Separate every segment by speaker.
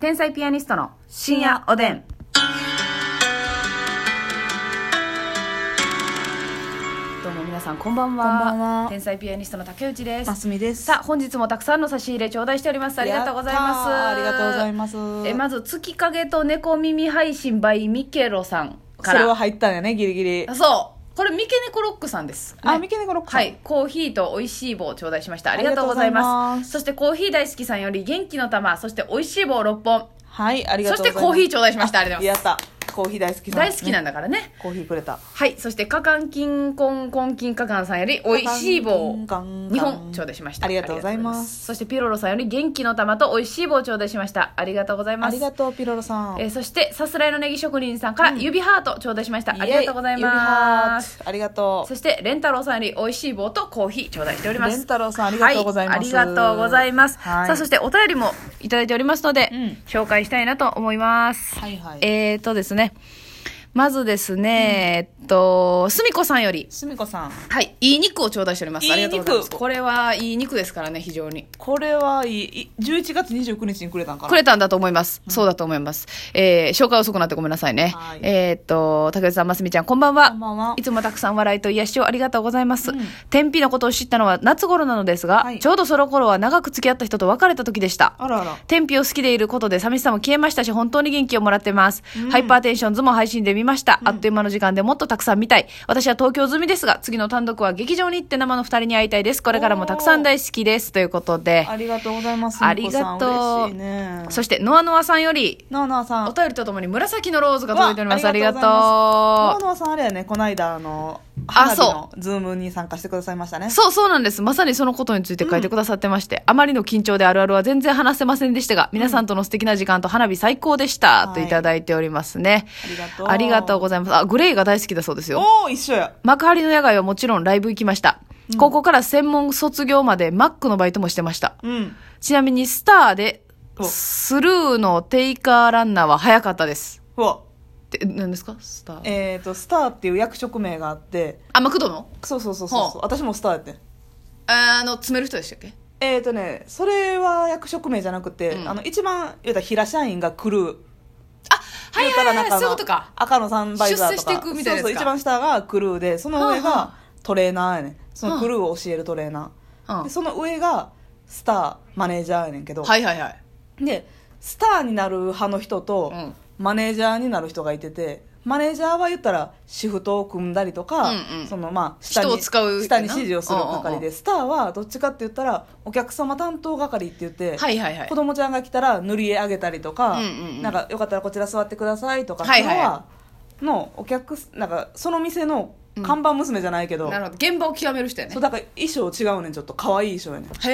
Speaker 1: 天才ピアニストの深夜おでん。どうも皆さんこんばんは。
Speaker 2: こんばんは
Speaker 1: 天才ピアニストの竹内です。
Speaker 2: マスミです。
Speaker 1: さあ本日もたくさんの差し入れ頂戴しておりますありがとうございます
Speaker 2: やったーありがとうございます
Speaker 1: えまず月影と猫耳配信 by ミケロさんか
Speaker 2: そ
Speaker 1: ら
Speaker 2: れは入ったんやね、ギリギリ
Speaker 1: あ。そうこれミケネコロックさんです、
Speaker 2: あミケネコロックさん
Speaker 1: はいコーヒーと美味しい棒を頂戴しましたありがとうございます
Speaker 2: ありがとうございます
Speaker 1: そしてコーヒー大好きさんより元気の玉そして美味しい棒6本
Speaker 2: はい、ありが
Speaker 1: そ
Speaker 2: とう
Speaker 1: して
Speaker 2: ございます。
Speaker 1: コーヒー頂戴しましたありがとうござい
Speaker 2: やった。コーヒー大好き
Speaker 1: ます大好きなん
Speaker 2: ん
Speaker 1: だからね
Speaker 2: コーヒーくれた。
Speaker 1: はいそしてカカンキンコンコンキンカカンさんより美味しい棒を
Speaker 2: ガンガン
Speaker 1: 2本頂戴しました
Speaker 2: ありがとうござい
Speaker 1: ありがとうござい
Speaker 2: ま。
Speaker 1: ますそしてピロロさんより元気の玉と美味しい棒を頂戴しましたありがとうござい
Speaker 2: あ
Speaker 1: ます
Speaker 2: りがとう、ピロロさん。
Speaker 1: えーそしてさすらいのネギ職人さんから指ハート頂戴しました、
Speaker 2: イエイ
Speaker 1: ありがとうござい
Speaker 2: ユリハ
Speaker 1: ます
Speaker 2: ートありがとう
Speaker 1: そ。して、レンタロウさんより美味しい棒とコーヒー頂戴しております。
Speaker 2: レンタロウさんありがとうございます
Speaker 1: はありがとうございます。
Speaker 2: はい
Speaker 1: さあ、そしてお便りもいただいておりますので、
Speaker 2: うん
Speaker 1: 紹介したいなと思います。
Speaker 2: はいはい
Speaker 1: えーとですね、まずですね、えっと、すみこさんより、
Speaker 2: すみこさん、
Speaker 1: はい、いい肉を頂戴しております。
Speaker 2: いい肉
Speaker 1: ありがとうございます。これはいい肉ですからね、非常に。
Speaker 2: これはいい。い11月29日にくれたんかな
Speaker 1: くれたんだと思います。そうだと思います。えー、紹介遅くなってごめんなさいね。
Speaker 2: はい
Speaker 1: えーっと、竹内さん、ますみちゃん、こんばんは。
Speaker 2: こんばんはい
Speaker 1: つもたくさん笑いと癒しをありがとうございます。天日のことを知ったのは夏頃なのですが、
Speaker 2: はい
Speaker 1: ちょうどその頃は長く付き合った人と別れた時でした。
Speaker 2: あらあら。
Speaker 1: 天日を好きでいることで寂しさも消えましたし、本当に元気をもらってます。ハイパーテンションズも配信で見ました。あっという間の時間でもっとたくさん見たい。私は東京済みですが、次の単独は劇場に行って生の二人に会いたいです。これからもたくさん大好きです。ということで。
Speaker 2: ありがとうございます。
Speaker 1: ありがと
Speaker 2: すみこさん
Speaker 1: う
Speaker 2: 嬉しいね。
Speaker 1: そして、ノアノアさんより、
Speaker 2: ノーノーさん。
Speaker 1: お便りとともに紫のローズが届いております。
Speaker 2: わ
Speaker 1: ありがとう。
Speaker 2: ありがノーノーさんあれやね、この間、あの、花火のズームに参加してくださいましたね。
Speaker 1: そうそうなんです。まさにそのことについて書いてくださってまして、あまりの緊張であるあるは全然話せませんでしたが、皆さんとの素敵な時間と花火最高でした、
Speaker 2: はい
Speaker 1: といただいておりますね。
Speaker 2: ありがとう
Speaker 1: ありがとうございます。あ、グレイが大好きだそうですよ。
Speaker 2: おお一緒や。
Speaker 1: 幕張の野外はもちろんライブ行きました。高校から専門卒業までマックのバイトもしてました。
Speaker 2: うん。
Speaker 1: ちなみにスターで、
Speaker 2: お
Speaker 1: スルーのテイカーランナーは早かったです。
Speaker 2: う
Speaker 1: っ
Speaker 2: わ。
Speaker 1: て、何ですかスター。
Speaker 2: えっ、と、スターっていう役職名があって、
Speaker 1: あ、マクドの
Speaker 2: そうそうそうそう
Speaker 1: ほ
Speaker 2: そうう。私もスターやってん。
Speaker 1: あの、詰める人でしたっけ
Speaker 2: えっ、とね、それは役職名じゃなくて、
Speaker 1: うん
Speaker 2: あの、一番、言うたら平社員が来る。
Speaker 1: あ、はいはいはい、そ
Speaker 2: 言
Speaker 1: ういう
Speaker 2: たら中の
Speaker 1: ことか。
Speaker 2: 赤のサンバイザ
Speaker 1: 出
Speaker 2: ーとか。
Speaker 1: 世していくみたいなやつか
Speaker 2: そうそう、一番下がクルーで、その
Speaker 1: はあ
Speaker 2: 上
Speaker 1: は
Speaker 2: がトレーナーやねん。そ
Speaker 1: はあ
Speaker 2: のクルーを教えるトレーナ
Speaker 1: う
Speaker 2: ー。
Speaker 1: ん
Speaker 2: で、その上がスター、マネージャーやねんけど。
Speaker 1: はいはいはい。
Speaker 2: でスターになる派の人と、
Speaker 1: うん
Speaker 2: マネージャーになる人がいててマネージャーは言ったらシフトを組んだりとか、
Speaker 1: うんうん
Speaker 2: そのまあ下に
Speaker 1: 人を使う
Speaker 2: 下に指示をする
Speaker 1: うんう
Speaker 2: 係
Speaker 1: んう
Speaker 2: でスターはどっちかって言ったらお客様担当係って言って、
Speaker 1: はいはいはい
Speaker 2: 子。供ちゃんが来たら塗り絵あげたりとか、
Speaker 1: うんうんうん
Speaker 2: なんかよかったらこちら座ってくださいとか、
Speaker 1: はいはい
Speaker 2: 今日のお客すなんかその店の看板娘じゃないけど、
Speaker 1: なるほど。現場を極める人やね
Speaker 2: そう。だから衣装違うねんちょっと可愛い衣装やねん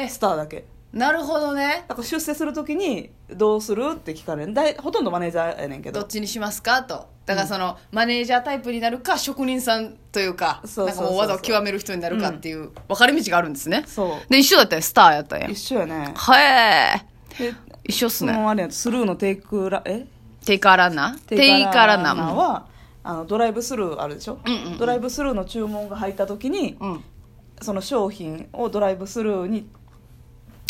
Speaker 1: へえ。
Speaker 2: スターだけ
Speaker 1: なるほどね。
Speaker 2: だから出世するときにどうするって聞かれるだいほとんどマネージャーやねんけ
Speaker 1: ど
Speaker 2: ど
Speaker 1: っちにしますかと。だからその、マネージャータイプになるか、職人さんというか、
Speaker 2: そう
Speaker 1: な
Speaker 2: そ
Speaker 1: ん
Speaker 2: う
Speaker 1: か
Speaker 2: そうそう
Speaker 1: もう技を極める人になるかっていう、分かれ道があるんですね。
Speaker 2: そ
Speaker 1: で、一緒だったよ。スターやったんや
Speaker 2: う一。緒やね
Speaker 1: はえ。
Speaker 2: で
Speaker 1: 一緒っす
Speaker 2: そ
Speaker 1: ね。
Speaker 2: のあれやスルーのテイクラえ
Speaker 1: テイカーランナーテイカーランナー。
Speaker 2: はあのドライブスルーあるでしょ、
Speaker 1: うんうんうん
Speaker 2: ドライブスルーの注文が入ったときに、
Speaker 1: うん。うん
Speaker 2: その商品をドライブスルーに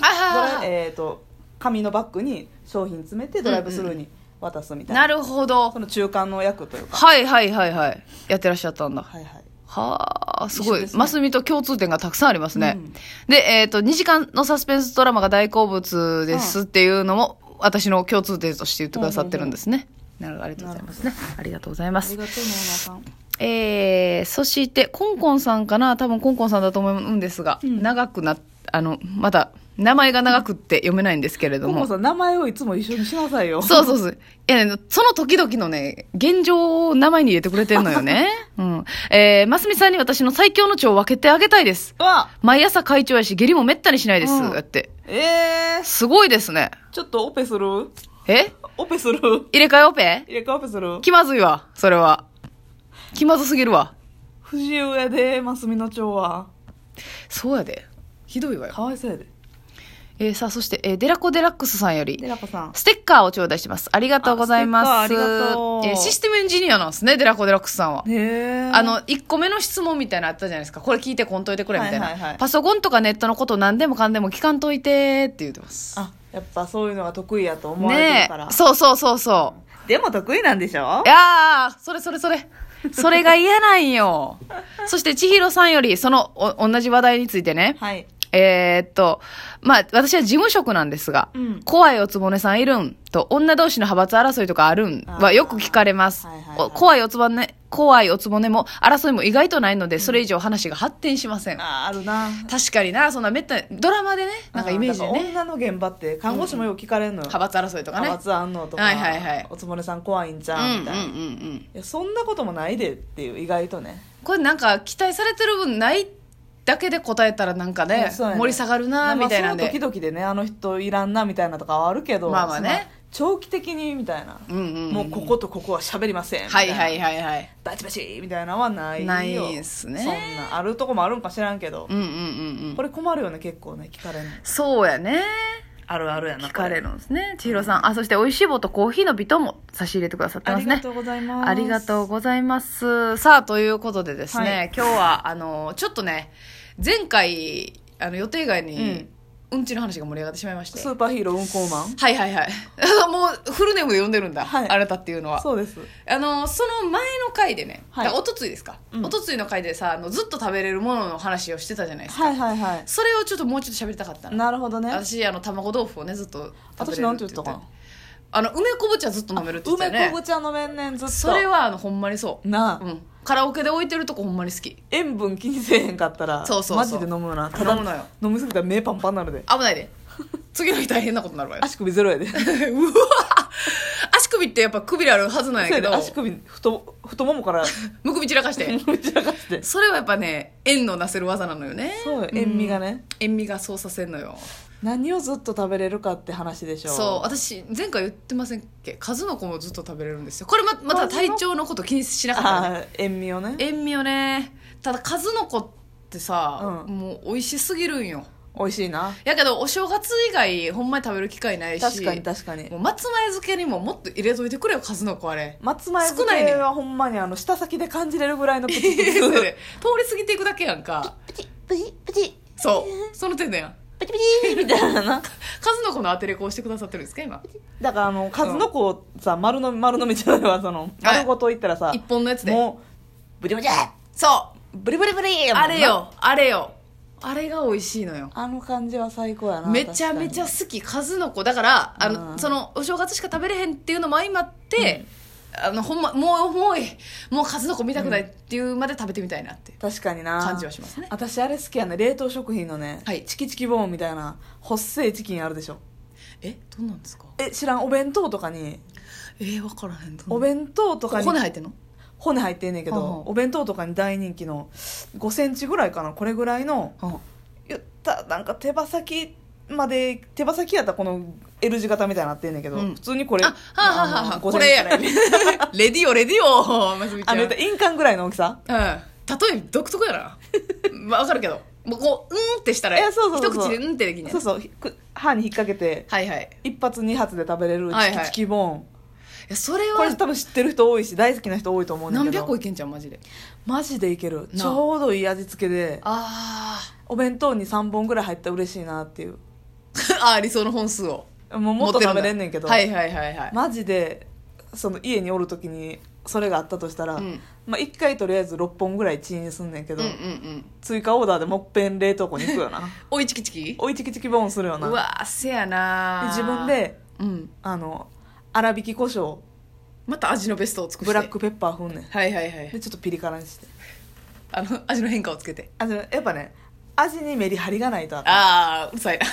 Speaker 1: あ
Speaker 2: ド
Speaker 1: はは
Speaker 2: ライえー、と紙のバッグに商品詰めてドライブスルーに渡すみたいな,、
Speaker 1: なるほど
Speaker 2: そ。の中間の役というか
Speaker 1: はいはいはいはい。やってらっしゃったんだ。
Speaker 2: はいはい
Speaker 1: はあ、すご
Speaker 2: 一緒
Speaker 1: い
Speaker 2: で。すね
Speaker 1: マスミと共通点がたくさんありますね。
Speaker 2: うん
Speaker 1: で、えっ、と、2時間のサスペンスドラマが大好物ですっていうのも、私の共通点として言ってくださってるんですね。なるほど、ありがとうございますね。ありがとうございま
Speaker 2: あ
Speaker 1: す
Speaker 2: り。がとうノーナさん
Speaker 1: えー、そして、コンコンさんかな多分コンコンさんだと思うんですが、長くな、あの、まだ、名前が長くって読めないんですけれど
Speaker 2: コ
Speaker 1: も
Speaker 2: コ。さん名前をいつも一緒にしなさいよ
Speaker 1: そうそうそう。いや、その時々のね、現状を名前に入れてくれてんのよ ね。うん。えー、ますみさんに私の最強の蝶を分けてあげたいです。
Speaker 2: うわ
Speaker 1: 毎朝会長やし、下痢もめったにしないです。
Speaker 2: うん
Speaker 1: だって。
Speaker 2: えー、
Speaker 1: すごいですね。
Speaker 2: ちょっとオペする
Speaker 1: え
Speaker 2: オペする
Speaker 1: 入れ替えオペ
Speaker 2: 入れ替わオペする
Speaker 1: 気まずいわ、それは。気まずすぎるわ。
Speaker 2: 藤上で、マスミの蝶は。
Speaker 1: そうやで。ひどいわよ。
Speaker 2: かわいそうやで。
Speaker 1: えー、さあ、そして、えーデラコデラックスさんより
Speaker 2: で、、ラコさん。
Speaker 1: ステッカーを頂戴してます。ありがとうございます。
Speaker 2: あステッカーありがとう
Speaker 1: えーシステムエンジニアなんですね、デラコデラックスさんは。
Speaker 2: ねえ。
Speaker 1: あ、の、1個目の質問みたいなのあったじゃないですか。これ聞いてこんといてくれみたいな。
Speaker 2: はいはいはい
Speaker 1: パソコンとかネットのこと何でもかんでも聞かんといてって言ってます。
Speaker 2: あ、やっぱそういうのが得意やと思われてる
Speaker 1: ね
Speaker 2: から、
Speaker 1: え。そうそうそうそう。
Speaker 2: でも得意なんでしょ
Speaker 1: いやー、それそれそれ。それが嫌なんよ。そして、千尋さんより、その、お、同じ話題についてね。
Speaker 2: はい
Speaker 1: えーっと、まあ、私は事務職なんですが、
Speaker 2: うん
Speaker 1: 怖いおつぼねさんいるんと、女同士の派閥争いとかあるん
Speaker 2: あ
Speaker 1: は
Speaker 2: ー
Speaker 1: よく聞かれます。
Speaker 2: はいはいはい
Speaker 1: お怖いおつぼね、怖いおつぼねも、争いも意外とないので、それ以上話が発展しません。
Speaker 2: あーあるな
Speaker 1: 確かにな、そんなめったに、ドラマでね、なんかイメージで
Speaker 2: あ
Speaker 1: ね、
Speaker 2: だから女の現場って看護師もよく聞かれるのよ、
Speaker 1: 派閥争いとかね。
Speaker 2: 派閥あんのとか、
Speaker 1: はいはいはい
Speaker 2: おつぼねさん怖いんちゃうみたいな、
Speaker 1: うんうんうんうん。
Speaker 2: いやそんなこともないでっていう意外とね
Speaker 1: これなんか期待されてる分ないだけで答えたらなんかね、
Speaker 2: うんそうやね
Speaker 1: 盛り下がるなみたいなん
Speaker 2: まあそ
Speaker 1: で
Speaker 2: の時々でねあの人いらんなみたいなとかはあるけど
Speaker 1: まあまあね
Speaker 2: その長期的にみたいな、
Speaker 1: うんうんうん
Speaker 2: もうこことここは喋りませんみた
Speaker 1: はいい
Speaker 2: な
Speaker 1: はいはいはい
Speaker 2: バチバチみたいなのはないよ
Speaker 1: ないんすね
Speaker 2: そんなあるとこもあるんか知らんけど
Speaker 1: う、んうんうんうん
Speaker 2: これ困るよね結構ね聞かれるの
Speaker 1: そうやね
Speaker 2: あるあるやな
Speaker 1: 聞かれるんですね千尋さんあそして美味しい棒とコーヒーのビトンも差し入れてくださって
Speaker 2: あ
Speaker 1: ま
Speaker 2: り
Speaker 1: す
Speaker 2: が
Speaker 1: ね
Speaker 2: とうございます
Speaker 1: ありがとうございますさあということでですね、
Speaker 2: は
Speaker 1: 今日はあのちょっとね前回あの予定外にうんちの話が盛り上がってしまいまして
Speaker 2: スーパーヒーロー運行マン
Speaker 1: はいはいはい もうフルネームで呼んでるんだ、
Speaker 2: はい
Speaker 1: あなたっていうのは
Speaker 2: そうです
Speaker 1: あのその前の回でね、
Speaker 2: はい
Speaker 1: だからおとついですか、
Speaker 2: うん
Speaker 1: おとついの回でさあのずっと食べれるものの話をしてたじゃないですか、
Speaker 2: はいはいはい
Speaker 1: それをちょっともうちょっと喋りたかったな
Speaker 2: なるほどね
Speaker 1: 私あの卵豆腐をねずっと食べれる
Speaker 2: 私なんて言ったかな
Speaker 1: あの梅昆布茶ずっと飲めるって言ってたよ
Speaker 2: 梅
Speaker 1: ね
Speaker 2: 昆布茶飲めんねんずっと
Speaker 1: それはあのほんまにそ
Speaker 2: なあ、
Speaker 1: う、うん、カラオケで置いてるとこほんまに好き危
Speaker 2: 塩分気にせえへんかったら
Speaker 1: そうそうそう
Speaker 2: マジで飲むよなただ
Speaker 1: 飲むのよ
Speaker 2: 飲みすぎたら目パンパンなるで
Speaker 1: ない で次の日大変なことになるわよ
Speaker 2: 足首ゼロやでそう
Speaker 1: うわ足首ってやっぱくびれあるはずなんや
Speaker 2: や
Speaker 1: け
Speaker 2: で
Speaker 1: ど
Speaker 2: 足首太太ももから
Speaker 1: むくみ散らかして
Speaker 2: 打ち上がって
Speaker 1: それはやっぱね縁のなせる技なのよね
Speaker 2: そうよ
Speaker 1: ん
Speaker 2: 塩味がね
Speaker 1: 塩味がそうさせんのよ
Speaker 2: 何をずっと食べれるかって話でしょ
Speaker 1: そう私前回言ってませんっけ数の子もずっと食べれるんですよこれままた
Speaker 2: 数の子
Speaker 1: 体調のこと気にしなかったね
Speaker 2: ああ塩味をね
Speaker 1: 塩味をねただ数の子ってさ、
Speaker 2: うん
Speaker 1: もう美味しすぎるんよ
Speaker 2: 美味しいな
Speaker 1: やけどお正月以外ほんまに食べる機会ないし
Speaker 2: 確かに確かに
Speaker 1: もう松前漬けにももっと入れといてくれよ数の子あ れ
Speaker 2: 松前
Speaker 1: 少
Speaker 2: 漬
Speaker 1: ないね
Speaker 2: けはほんまにあの舌先で感じれるぐらいのプチ
Speaker 1: そ
Speaker 2: プチ
Speaker 1: れ通り過ぎていくだけやんか
Speaker 2: プチプチプチ
Speaker 1: そうその点だやん
Speaker 2: プチプチみたいなな
Speaker 1: 数の子のアテレコをしてくださってるんですか今
Speaker 2: だからあの数の子をさ丸の丸のみじゃないわその丸ごといったらさ
Speaker 1: 一本のやつで
Speaker 2: もうブリブリ
Speaker 1: そう
Speaker 2: ブリブリブリやもんな
Speaker 1: あれよあれよあれが美味しいのよ
Speaker 2: あの感じは最高やな
Speaker 1: めちゃめちゃ
Speaker 2: 確
Speaker 1: 好き数の子だからあの、
Speaker 2: うん
Speaker 1: そのお正月しか食べれへんっていうのも相まって、あのほんまもうもういいもう数の子見たくないっていうまで食べてみたいなって、
Speaker 2: かに確かにな
Speaker 1: 感じはしますね
Speaker 2: 私あれ好きやね冷凍食品のね、
Speaker 1: はい
Speaker 2: チキチキボーンみたいな細いチキンあるでしょ
Speaker 1: えどんなんですか
Speaker 2: え知らんお弁当とかに
Speaker 1: えー、分からへんどんな
Speaker 2: お弁当とかに
Speaker 1: 骨入ってんの
Speaker 2: 骨入ってんねんけ
Speaker 1: ほうほ
Speaker 2: ど
Speaker 1: う
Speaker 2: お弁当とかに大人気の5センチぐらいかなこれぐらいの言ったなんか手羽先まで手羽先やったらこの L 字型みたいになってんねんけど、
Speaker 1: うん
Speaker 2: 普通にこれ
Speaker 1: あはあはあは
Speaker 2: あ
Speaker 1: あ
Speaker 2: の5
Speaker 1: これや
Speaker 2: セン
Speaker 1: ね
Speaker 2: チ
Speaker 1: レディオレディオますみちゃ
Speaker 2: あ
Speaker 1: ん
Speaker 2: の言ったら印鑑ぐらいの大きさ
Speaker 1: うん例え独特やなまあ分かるけどもうこううんってしたら
Speaker 2: いやそうそうそうそう
Speaker 1: 一口でうんってできんねん
Speaker 2: そうそうひく歯に引っ掛けて
Speaker 1: はいはい
Speaker 2: 一発二発で食べれる
Speaker 1: はい
Speaker 2: チ
Speaker 1: は
Speaker 2: キ
Speaker 1: い
Speaker 2: チキボーン、
Speaker 1: いやそれ
Speaker 2: こ
Speaker 1: は
Speaker 2: れ多分知ってる人多いし大好きな人多いと思うんだけ
Speaker 1: 何
Speaker 2: ど
Speaker 1: 百個いけんじゃんマジで
Speaker 2: マジでいける
Speaker 1: なあ
Speaker 2: ちょうどいい味付けで
Speaker 1: あ
Speaker 2: お弁当に3本ぐらい入ったら嬉しいなっていう
Speaker 1: ー あー理想の本数を
Speaker 2: もうもっと食べれんねんけど
Speaker 1: はいはいはいはい、
Speaker 2: マジでその家におる時にそれがあったとしたら、
Speaker 1: うん
Speaker 2: まあ、1回とりあえず6本ぐらいチンすんねんけ
Speaker 1: うん
Speaker 2: ど、
Speaker 1: うんうん
Speaker 2: 追加オーダーでもっぺん冷凍庫に行く よな
Speaker 1: おいチキチキ
Speaker 2: おいチキチキボーンするよ
Speaker 1: う
Speaker 2: な
Speaker 1: わーせやな
Speaker 2: で
Speaker 1: ー
Speaker 2: 自分で
Speaker 1: うん
Speaker 2: あの粗挽き胡椒
Speaker 1: また味のベストを尽くして
Speaker 2: ブラックペッパー踏んねん
Speaker 1: はいはいはい
Speaker 2: でちょっとピリ辛にして
Speaker 1: あの味の変化をつけて
Speaker 2: あでもやっぱね味にメリハリがないとあかん
Speaker 1: ああうるさいな、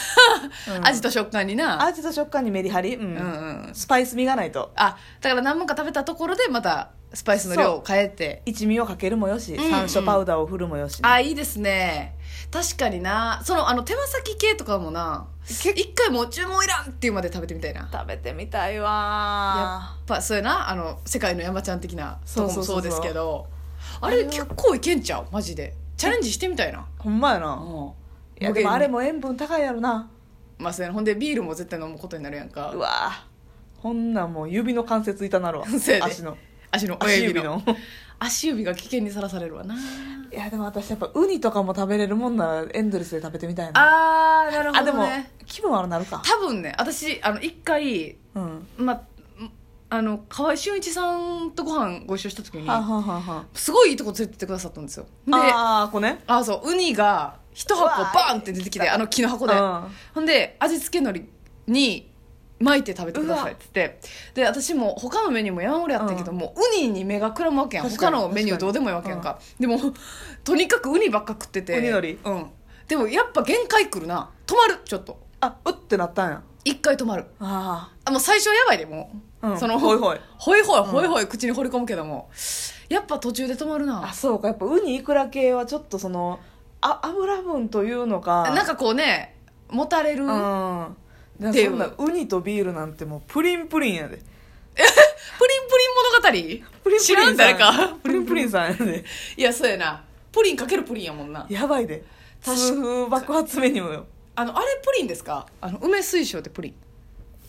Speaker 2: う ん
Speaker 1: 味と食感にな
Speaker 2: 味と食感にメリハリ、うん
Speaker 1: うんうん
Speaker 2: スパイス味がないと
Speaker 1: あだから何もか食べたところでまたスパイスの量を変えて
Speaker 2: 一味をかけるもよし、
Speaker 1: んうん
Speaker 2: 山椒パウダーを振るもよし、
Speaker 1: あいいですね確かになそのあの手羽先系とかもな
Speaker 2: 結
Speaker 1: 一回もう注文いらんっていうまで食べてみたいな
Speaker 2: 食べてみたい
Speaker 1: や
Speaker 2: わ
Speaker 1: っぱそうやなあの世界の山ちゃん的なとこもそうですけどあ
Speaker 2: あ
Speaker 1: れ
Speaker 2: れは
Speaker 1: 結構いけんちゃうマジでチャレンジしてみたいな
Speaker 2: ほんまやな、
Speaker 1: うん
Speaker 2: いやでもあれ
Speaker 1: 無限に
Speaker 2: も塩分高いやろな
Speaker 1: まあそうやなほんでビールも絶対飲むことになるやんか
Speaker 2: うわぁこんなんもう指の関節痛なるわ
Speaker 1: そうやで
Speaker 2: 足の
Speaker 1: 足の親
Speaker 2: 足
Speaker 1: 指
Speaker 2: 指
Speaker 1: の
Speaker 2: の
Speaker 1: 足指が危険にさらされるわない
Speaker 2: やでも私やっぱウニとかも食べれるもんならエンドレスで食べてみたいな
Speaker 1: あーなる
Speaker 2: あで
Speaker 1: ほど
Speaker 2: も
Speaker 1: ね
Speaker 2: 気分はなるか
Speaker 1: 多分ね私あの一回
Speaker 2: うん
Speaker 1: まんあの河合俊一さんとご飯ご一緒した時に
Speaker 2: はあはあはあは
Speaker 1: すごいいいとこ連れてってくださったんですよであ
Speaker 2: ああーこうね
Speaker 1: あそうウニが一
Speaker 2: う
Speaker 1: 箱
Speaker 2: わー
Speaker 1: バーンって出てきてあの木の箱で、
Speaker 2: うん
Speaker 1: ほんで味付け海苔に巻いて食べてくださいって言ってで私も他のメニューも山盛りあったけど、
Speaker 2: うん
Speaker 1: もうウニに目がくらむわけやん
Speaker 2: 確か
Speaker 1: 他
Speaker 2: に
Speaker 1: のメニューどうでもいいわけやんかでも とにかくウニばっか食ってて
Speaker 2: ウニ海
Speaker 1: 苔うんでもやっぱ限界くるな止まるちょっと
Speaker 2: あうってなったんや
Speaker 1: 一回止まる
Speaker 2: あ
Speaker 1: あもう最初はやばいでもう、
Speaker 2: うん
Speaker 1: その
Speaker 2: ほいほい
Speaker 1: ほいほいほいほい口に放り込むけどもやっぱ途中で止まる
Speaker 2: あ
Speaker 1: な
Speaker 2: そうかやっぱウニいくら系はちょっとそのあ油分というのか
Speaker 1: なんかこうねもたれる、
Speaker 2: うん
Speaker 1: で
Speaker 2: でそんなウニとビールなんてもうプリンプリンやで
Speaker 1: プリンプリン物語
Speaker 2: プリンプリン
Speaker 1: 知らん誰
Speaker 2: さ
Speaker 1: か
Speaker 2: プリンプリンさんやで
Speaker 1: いやそうやなプリンかけるプリンやもんな
Speaker 2: やばいで
Speaker 1: 確か
Speaker 2: 痛風爆発メニューよ
Speaker 1: あのあれプリンですかあの梅水晶ってプリン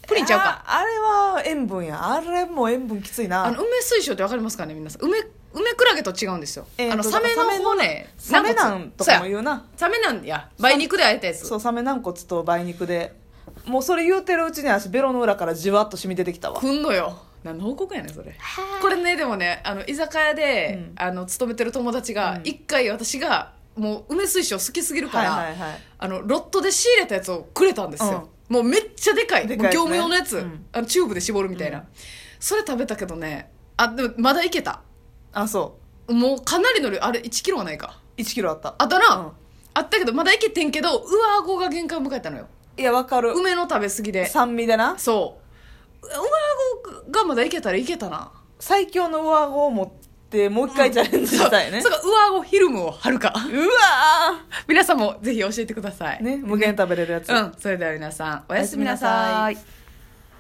Speaker 1: プリンちゃうか
Speaker 2: ああれは塩分やあれも塩分きついな
Speaker 1: あの梅水晶ってわかりますかね皆さん梅梅クラゲと違うんですよ、
Speaker 2: えーと
Speaker 1: あのサメの骨
Speaker 2: サメな
Speaker 1: 軟
Speaker 2: ん
Speaker 1: 骨
Speaker 2: と
Speaker 1: そう
Speaker 2: かも
Speaker 1: や
Speaker 2: 言うな
Speaker 1: サメなんや梅肉であえたやつ
Speaker 2: そうサメ軟骨と梅肉でもうそれ言うてるうちに足ベロの裏からじわっと染み出てきたわ
Speaker 1: くんのよ何の報告やねんそれこれねでもねあの居酒屋で、
Speaker 2: うん
Speaker 1: あの勤めてる友達
Speaker 2: う
Speaker 1: が
Speaker 2: ん
Speaker 1: 一、回私がもう梅水晶好きすぎるから、
Speaker 2: はいはいはい
Speaker 1: あのロットで仕入れたやつをくれたんですよ、もうめっちゃでかい
Speaker 2: でかいやつね
Speaker 1: もう業務用のやつ、
Speaker 2: うん
Speaker 1: あのチューブで絞るみたいな、
Speaker 2: うん
Speaker 1: それ食べたけどねあでもまだいけた
Speaker 2: あそ
Speaker 1: もうかなりの量あれ1キロはないか
Speaker 2: う1キロあった
Speaker 1: あったな、
Speaker 2: うん
Speaker 1: あったけどまだいけてんけど上顎が限界を迎えたのよ
Speaker 2: いやわかる
Speaker 1: 梅の食べ過ぎで
Speaker 2: 酸味でな
Speaker 1: そう上顎がまだいけたらいけたな
Speaker 2: 最強の上顎を持ってもう一回チャレンジしたいね、
Speaker 1: そうそうか上顎フィルムを貼るか
Speaker 2: うわ
Speaker 1: 皆さんもぜひ教えてください
Speaker 2: ーね無限食べれるやつ、
Speaker 1: うんそれでは皆さんおやすみなさ
Speaker 2: おやすみなさ
Speaker 1: い
Speaker 2: い